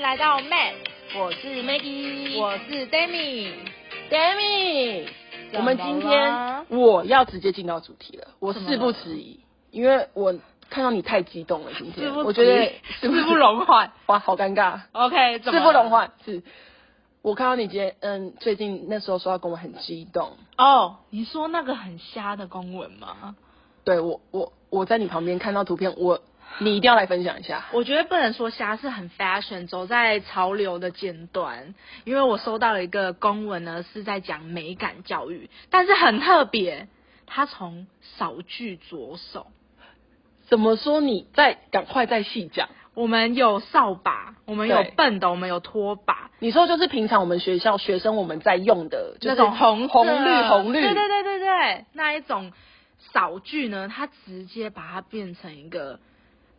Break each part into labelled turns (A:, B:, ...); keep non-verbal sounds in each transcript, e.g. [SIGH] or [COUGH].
A: 来到 Mad，
B: 我是 Maggie，
A: 我是 Demi。
B: Demi。
A: 怎
B: 我
A: 么
B: 们
A: 了
B: 今天我要直接进到主题了，我
A: 怎么
B: 事
A: 了
B: 不迟疑，因为我看到你太激动了，今
A: 事
B: 天
A: 不
B: 我觉得
A: 迟疑事不容缓，
B: 哇，好尴尬，
A: OK，
B: 事不容缓是。我看到你今天，嗯，最近那时候说要跟我很激动，
A: 哦。你说那个很瞎的公文吗？
B: 对我，我我在你旁边看到图片，我你一定要来分享一下。
A: 我觉得不能说瞎，是很 fashion，走在潮流的尖端。因为我收到了一个公文呢，是在讲美感教育，但是很特别，它从少句着手。
B: 怎么说你再赶快再细讲？
A: 我们有扫把，我们有
B: 对
A: 笨的，我们有拖把，
B: 你说就是平常我们学校学生我们在用的，就是
A: 那种红
B: 红
A: 色
B: 绿红绿，
A: 对对对对对，那一种扫具呢，它直接把它变成一个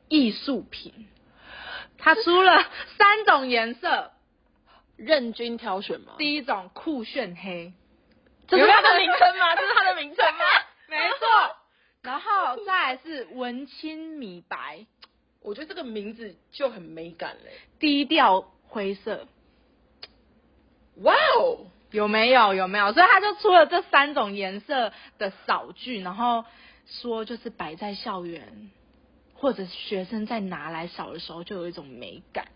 A: 艺术品。它出了三种颜色，
B: 任君挑选嘛。
A: 第一种酷炫黑，
B: 这是
A: 有没有
B: 它的名称
A: [LAUGHS]
B: 吗？这是它的名称 [LAUGHS] 吗？
A: 没错，然后再来是文青米白，
B: 我觉得这个名字就很美感嘞。
A: 低调灰色。
B: 哇哦，
A: 有没有？有没有？所以他就出了这三种颜色的扫具，然后说就是摆在校园或者学生在拿来扫的时候，就有一种美感。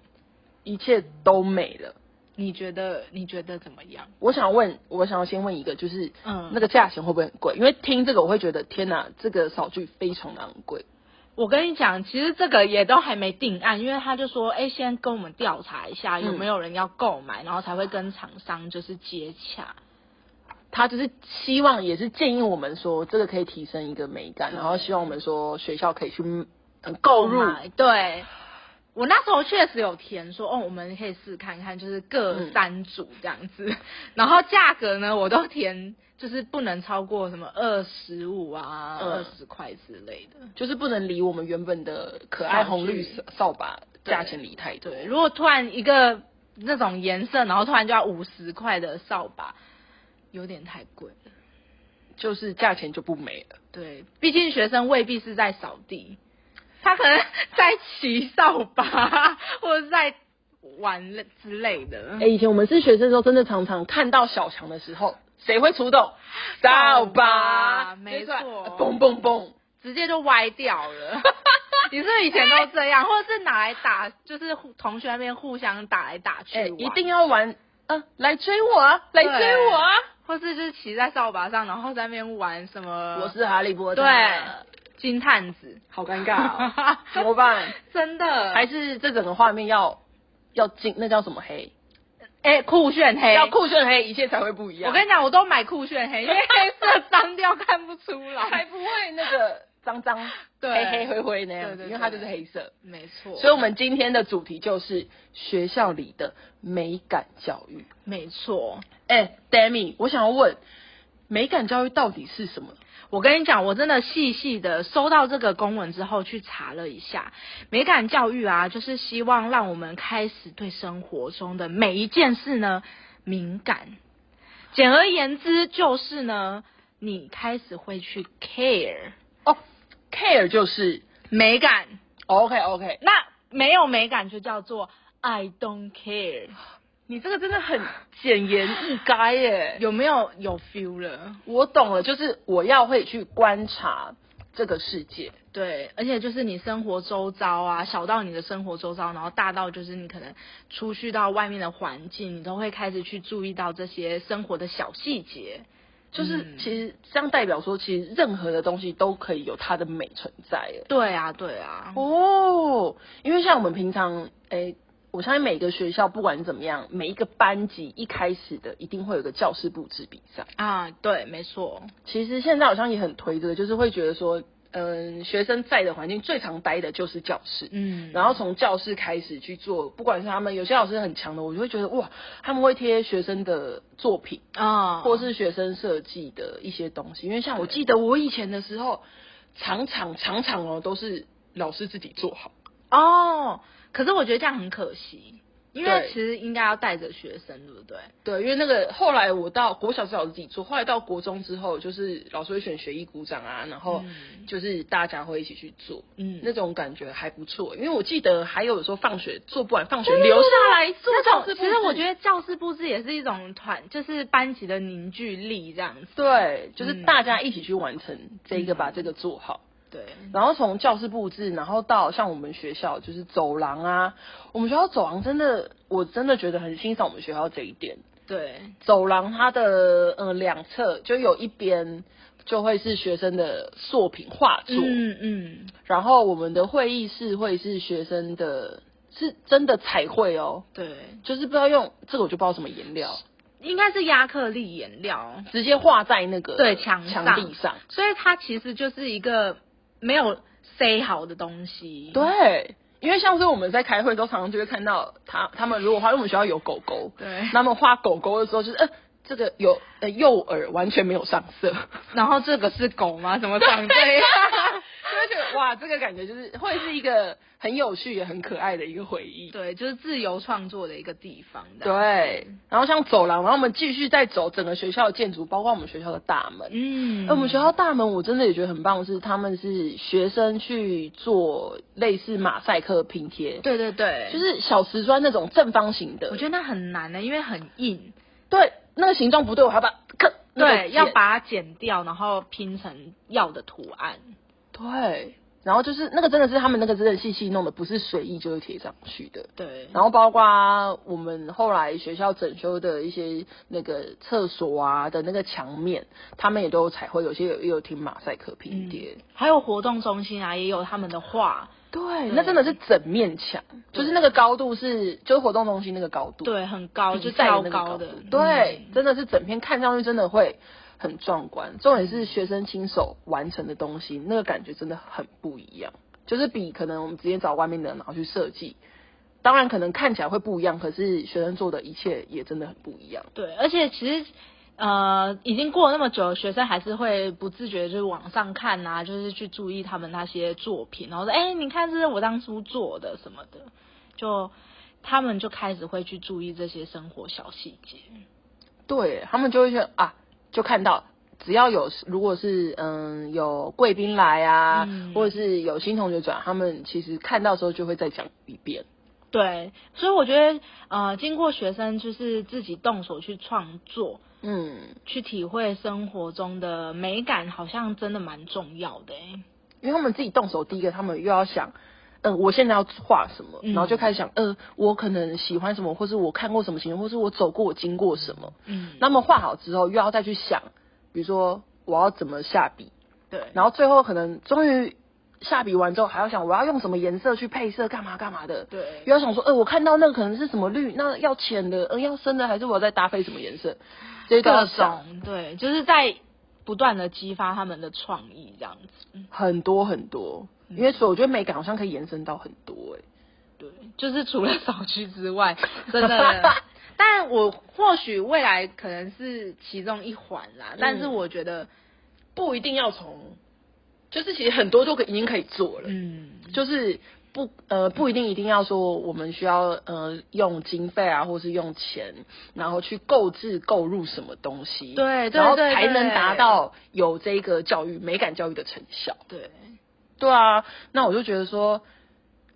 B: 一切都美了。
A: 你觉得？你觉得怎么样？
B: 我想问，我想要先问一个，就是
A: 嗯
B: 那个价钱会不会很贵？因为听这个我会觉得天哪，这个扫具非常的昂贵。
A: 我跟你讲，其实这个也都还没定案，因为他就说，哎、先跟我们调查一下
B: 嗯
A: 有没有人要购买，然后才会跟厂商就是接洽。
B: 他就是希望，也是建议我们说，这个可以提升一个美感，然后希望我们说学校可以去嗯购入。
A: 买对，我那时候确实有填说，哦，我们可以试看看，就是各三组这样子。
B: 嗯
A: 然后价格呢，我都填就是不能超过什么二十五啊、二
B: 嗯
A: 十块之类的。
B: 就是不能离我们原本的可爱红绿
A: 扫
B: 扫把
A: 对
B: 价钱离太多。
A: 对，如果突然一个那种颜色，然后突然就要五十块的扫把，有点太贵了。
B: 就是价钱就不美了。
A: 对，毕竟学生未必是在扫地，他可能在骑扫把，或者是在玩类之类的。
B: 哎、以前我们是学生的时候，真的常常看到小强的时候，谁会出动？扫
A: 扫把
B: 把，
A: 没错
B: 就是说蹦蹦蹦。
A: 直接就歪掉
B: [LAUGHS]
A: 了。你是不是以前都这样，或者是拿来打，就是互同学那边互相打来打去、
B: 哎、一定，要玩，嗯、来追我啊，来
A: 对
B: 追我啊！
A: 或是就是骑在扫把上，然后在那边玩什么？
B: 我是哈利波特。
A: 对金探子，
B: 好尴尬、
A: [LAUGHS]
B: 哦， [LAUGHS] 怎么办？
A: 真的
B: 还是这整个画面要要进，那叫什么黑？
A: 哎、酷炫黑，
B: 要。酷炫黑，一切才会不一样。
A: 我跟你讲，我都买酷炫黑，因为黑色脏掉看不出
B: 才
A: 来。
B: 不会那个脏脏、
A: [LAUGHS] 对
B: 黑黑灰灰那样子，
A: 对对对
B: 因为它就是黑色。
A: 没错，
B: 所以，我们今天的主题就是学校里的美感教育。
A: 没错。
B: 哎、d a m i 我想要问，美感教育到底是什么？
A: 我跟你讲，我真的细细的收到这个公文之后去查了一下，美感教育啊，就是希望让我们开始对生活中的每一件事呢敏感。简而言之，就是呢，你开始会去 care
B: 哦，care 就是哦
A: 美感，
B: OK OK，
A: 那没有美感就叫做 I don't care，
B: 你这个真的很简言易赅耶。
A: 有没有有 feel 了？
B: 我懂了，就是我要会去观察这个世界。
A: 对，而且就是你生活周遭啊，小到你的生活周遭，然后大到就是你可能出去到外面的环境，你都会开始去注意到这些生活的小细节。
B: 就是
A: 嗯
B: 其实这样代表说，其实任何的东西都可以有它的美存在耶。
A: 对啊，对啊，
B: 哦，因为像我们平常，诶、我相信每个学校不管怎么样，每一个班级一开始的一定会有个教师布置比赛。
A: 啊，对，没错，
B: 其实现在好像也很推这个，就是会觉得说，嗯，学生在的环境最常待的就是教室。
A: 嗯，
B: 然后从教室开始去做，不管是他们有些老师很强的，我就会觉得哇，他们会贴学生的作品，
A: 啊，
B: 或是学生设计的一些东西。因为像我记得我以前的时候，常常常常哦都是老师自己做好。
A: 哦，可是我觉得这样很可惜，因为
B: 对
A: 其实应该要带着学生，对不对？
B: 对，因为那个后来我到国小是老师自己做，后来到国中之后，就是老师会选学艺鼓掌啊，然后
A: 嗯
B: 就是大家会一起去做，
A: 嗯
B: 那种感觉还不错。因为我记得还有有时候放学做不完，放学
A: 对啊
B: 留下来做
A: 那
B: 教
A: 种
B: 室布
A: 其实我觉
B: 得
A: 得教室布置也是一种团，就是班级的凝聚力这样子。
B: 对，就是
A: 嗯
B: 大家一起去完成这一个，
A: 嗯
B: 把这个做好。
A: 对，
B: 然后从教室布置，然后到像我们学校就是走廊啊，我们学校走廊真的，我真的觉得很欣赏我们学校这一点。
A: 对，
B: 走廊它的呃两侧就有一边就会是学生的作品画作，
A: 嗯嗯，
B: 然后我们的会议室会是学生的，是真的彩绘哦，
A: 对，
B: 就是不知道用这个我就不知道什么颜料，
A: 应该是亚克力颜料，
B: 直接画在那个
A: 对墙上
B: 墙壁上，
A: 所以它其实就是一个没有塞好的东西。
B: 对。因为像是我们在开会的时候，常常就会看到他他们如果画，因为我们学校有狗狗，
A: 对，
B: 那么画狗狗的时候就是，呃，这个有呃右耳完全没有上
A: [LAUGHS]
B: 色，
A: 然后这个是狗吗？怎么长这样？
B: 就觉得哇，这个感觉就是会是一个很有趣也很可爱的一个回
A: [LAUGHS]
B: 忆。
A: 对，就是自由创作的一个地方。这样，
B: 对，然后像走廊，然后我们继续再走整个学校的建筑，包括我们学校的大门。呃
A: 嗯，
B: 那我们学校大门我真的也觉得很棒，是他们是学生去做类似马赛克拼贴，
A: 对对对，
B: 就是小瓷砖那种正方形的
A: 我，觉得那很难的、因为很硬，
B: 对，那个形状不对，我还要把刻那个
A: 对，要
B: 剪
A: 把它剪掉，然后拼成要的图案。
B: 对，然后就是那个真的是他们那个真的细细弄的，不是随意就会贴上去的。
A: 对，
B: 然后包括我们后来学校整修的一些那个厕所啊的那个墙面，他们也都有彩绘，有些有也有贴马赛克拼贴。
A: 还有活动中心啊，也有他们的画，
B: 对，
A: 对
B: 那真的是整面墙，
A: 对
B: 就是那个高度是就是活动中心那个高度，，
A: 对，很高，就
B: 比赛
A: 超
B: 那个
A: 高
B: 高
A: 的嗯
B: 度，，对，真的是整片看上去真的会很壮观。重点是学生亲手完成的东西，那个感觉真的很不一样，就是比可能我们直接找外面的人然后去设计。当然，可能看起来会不一样，可是学生做的一切也真的很不一样。
A: 嗯对，而且其实。呃，已经过了那么久，学生还是会不自觉地就是往上看啊，就是去注意他们那些作品，然后说，哎、你看这是我当初做的什么的，就他们就开始会去注意这些生活小细节。
B: 对他们就会觉得啊，就看到只要有如果是嗯有贵宾来啊，
A: 嗯
B: 或者是有新同学转，他们其实看到的时候就会再讲一遍。
A: 对，所以我觉得，呃，经过学生就是自己动手去创作，
B: 嗯，
A: 去体会生活中的美感，好像真的蛮重要的欸诶。
B: 因为他们自己动手，第一个他们又要想。嗯，我现在要画什么，
A: 嗯
B: 然后就开始想，呃，我可能喜欢什么，或是我看过什么情况，或是我走过我经过什么。
A: 嗯，
B: 那么画好之后，又要再去想，比如说我要怎么下笔，
A: 对，
B: 然后最后可能终于下笔完之后，还要想我要用什么颜色去配色，干嘛干嘛的。
A: 对，
B: 又要想说，呃，我看到那个可能是什么绿，那要浅的，嗯、要深的，还是我再搭配什么颜色？这些都要
A: 各
B: 想
A: 种对，就是在不断的激发他们的创意，这样子。嗯
B: 很多很多，因为所以我觉得美感好像可以延伸到很多、欸，
A: 对，就是除了扫区之外，真的。 [LAUGHS] 但我或许未来可能是其中一环啦，但是我觉得，
B: 不一定要从，就是其实很多都可以已经可以做了，
A: 嗯，
B: 就是不呃不一定一定要说我们需要呃用经费啊，或是用钱，然后去购置购入什么东西，
A: 对对
B: 然后
A: 对
B: 才能
A: 对
B: 达到有这个教育美感教育的成效。
A: 对，
B: 对啊，那我就觉得说，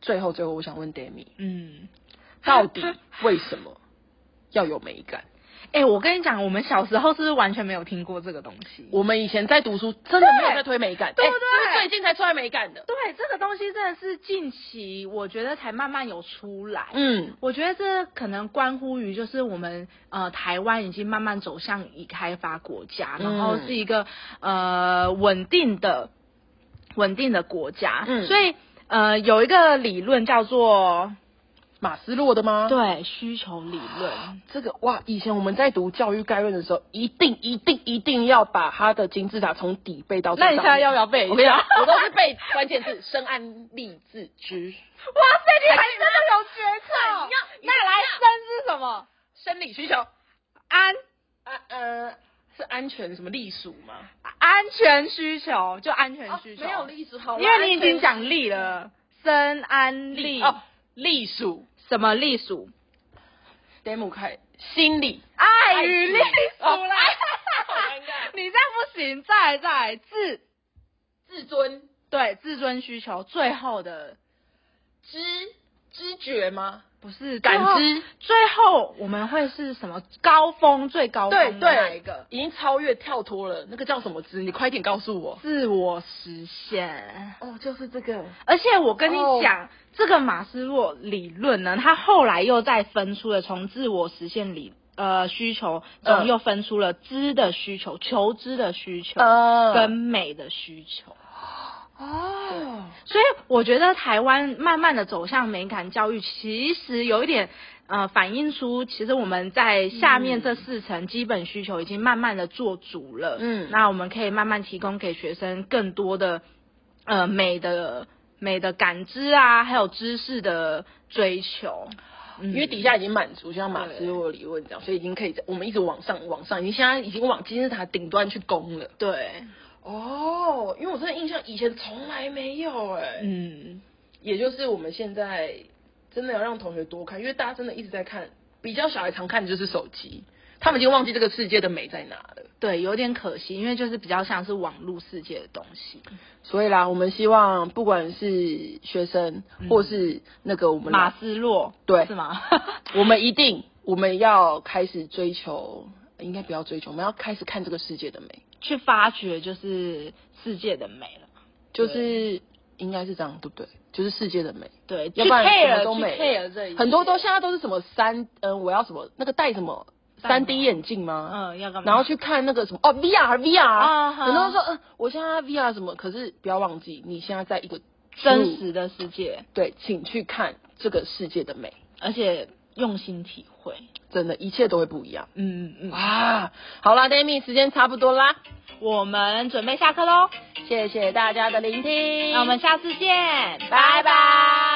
B: 最后最后我想
A: [LAUGHS]
B: 问 Demi，
A: 嗯，
B: 到底为什么要有美感？
A: 哎、我跟你讲，我们小时候是不是完全没有听过这个东西？
B: 我们以前在读书真的没有在推美感，
A: [LAUGHS] 对
B: 哎
A: 对
B: 这是最近才出来美感的。
A: 对，这个东西真的是近期我觉得才慢慢有出来。
B: 嗯，
A: 我觉得这可能关乎于就是我们呃台湾已经慢慢走向已开发国家，
B: 嗯
A: 然后是一个呃稳定的稳定的国家，
B: 嗯
A: 所以呃有一个理论叫做
B: 马斯洛的吗？，
A: 对需求理论。
B: 这个哇，以前我们在读《教育概论》的时候，一定一定一定要把他的金字塔从底背到最
A: 那你
B: 上
A: 现在
B: 面
A: 要不要背一
B: 我跟你
A: 下
B: 讲 [LAUGHS] 我都是背关键字“深谙立自知
A: [LAUGHS] 哇塞，你还真的有诀
B: 怎样
A: 那来生是什么？”，
B: 生理需求
A: 安
B: 啊呃是安全什么隶属吗？
A: 安全需求就安全需求，
B: 哦没有隶属，好啦，啊
A: 因为你已经
B: 安
A: 讲力了，生安
B: 全
A: 利
B: 哦隶哦，隶属
A: 什么隶属？
B: demo 开心理，
A: 爱与隶属
B: 哦
A: 啦。
B: 好尴尬
A: [LAUGHS] 你这样不行，再来再来自
B: 自尊
A: 对自尊需求最后的
B: 知知觉吗？
A: 不是
B: 感
A: 最后
B: 知
A: 最后我们会是什么高峰最高
B: 对
A: 峰的那
B: 对
A: 一个，
B: 已经超越跳脱了，那个叫什么知？你快点告诉我。
A: 自我实现。
B: 哦，就是这个。
A: 而且我跟你
B: 哦
A: 讲这个马斯洛理论呢，它后来又再分出了从自我实现理呃需求中
B: 嗯
A: 又分出了知的需求、求知的需求、
B: 呃
A: 跟美的需求。
B: 哦，
A: 所以我觉得台湾慢慢的走向美感教育，其实有一点呃反映出，其实我们在下面这四层基本需求已经慢慢的做足了。
B: 嗯
A: 那我们可以慢慢提供给学生更多的呃美的美的感知啊，还有知识的追求。嗯
B: 因为底下已经满足，就像马斯洛的理论这样，所以已经可以在我们一直往上往上，已经现在已经往金字塔顶端去攻了。
A: 对，
B: 哦，因为我真的印象以前从来没有哎、
A: 嗯，
B: 也就是我们现在真的要让同学多看，因为大家真的一直在看，比较小孩常看的就是手机，他们已经忘记这个世界的美在哪了。
A: 对，有点可惜，因为就是比较像是网络世界的东西。
B: 所以啦，我们希望不管是学生或是那个我们
A: 马
B: 老
A: 斯洛
B: 对
A: 是
B: [LAUGHS]
A: 吗？
B: 我们一定，我们要开始追求，应该不要追求，我们要开始看这个世界的美，
A: 去发掘就是世界的美了。
B: 就是应该是这样，对不对？就是世界的美，
A: 对，去
B: 要不然什
A: care
B: 么都
A: 去
B: 没
A: care 这一切
B: 很多都现在都是什么三，嗯，我要什么那个戴什么
A: 戴什么
B: 三 D 眼镜吗？
A: 嗯要干嘛？
B: 然后去看那个什么哦，VR VR，
A: 啊
B: 很多人说，嗯，我现在 VR 什么，可是不要忘记，你现在在一个
A: 真
B: 实
A: 实的世界，
B: 对，请去看这个世界的美，
A: 而且用心体会。
B: 真的，一切都会不一样。
A: 嗯嗯，
B: 哇，好啦 d a m i 时间差不多啦，
A: 我们准备下课喽，
B: 谢谢大家的聆听，
A: 那我们下次见，
B: 拜拜。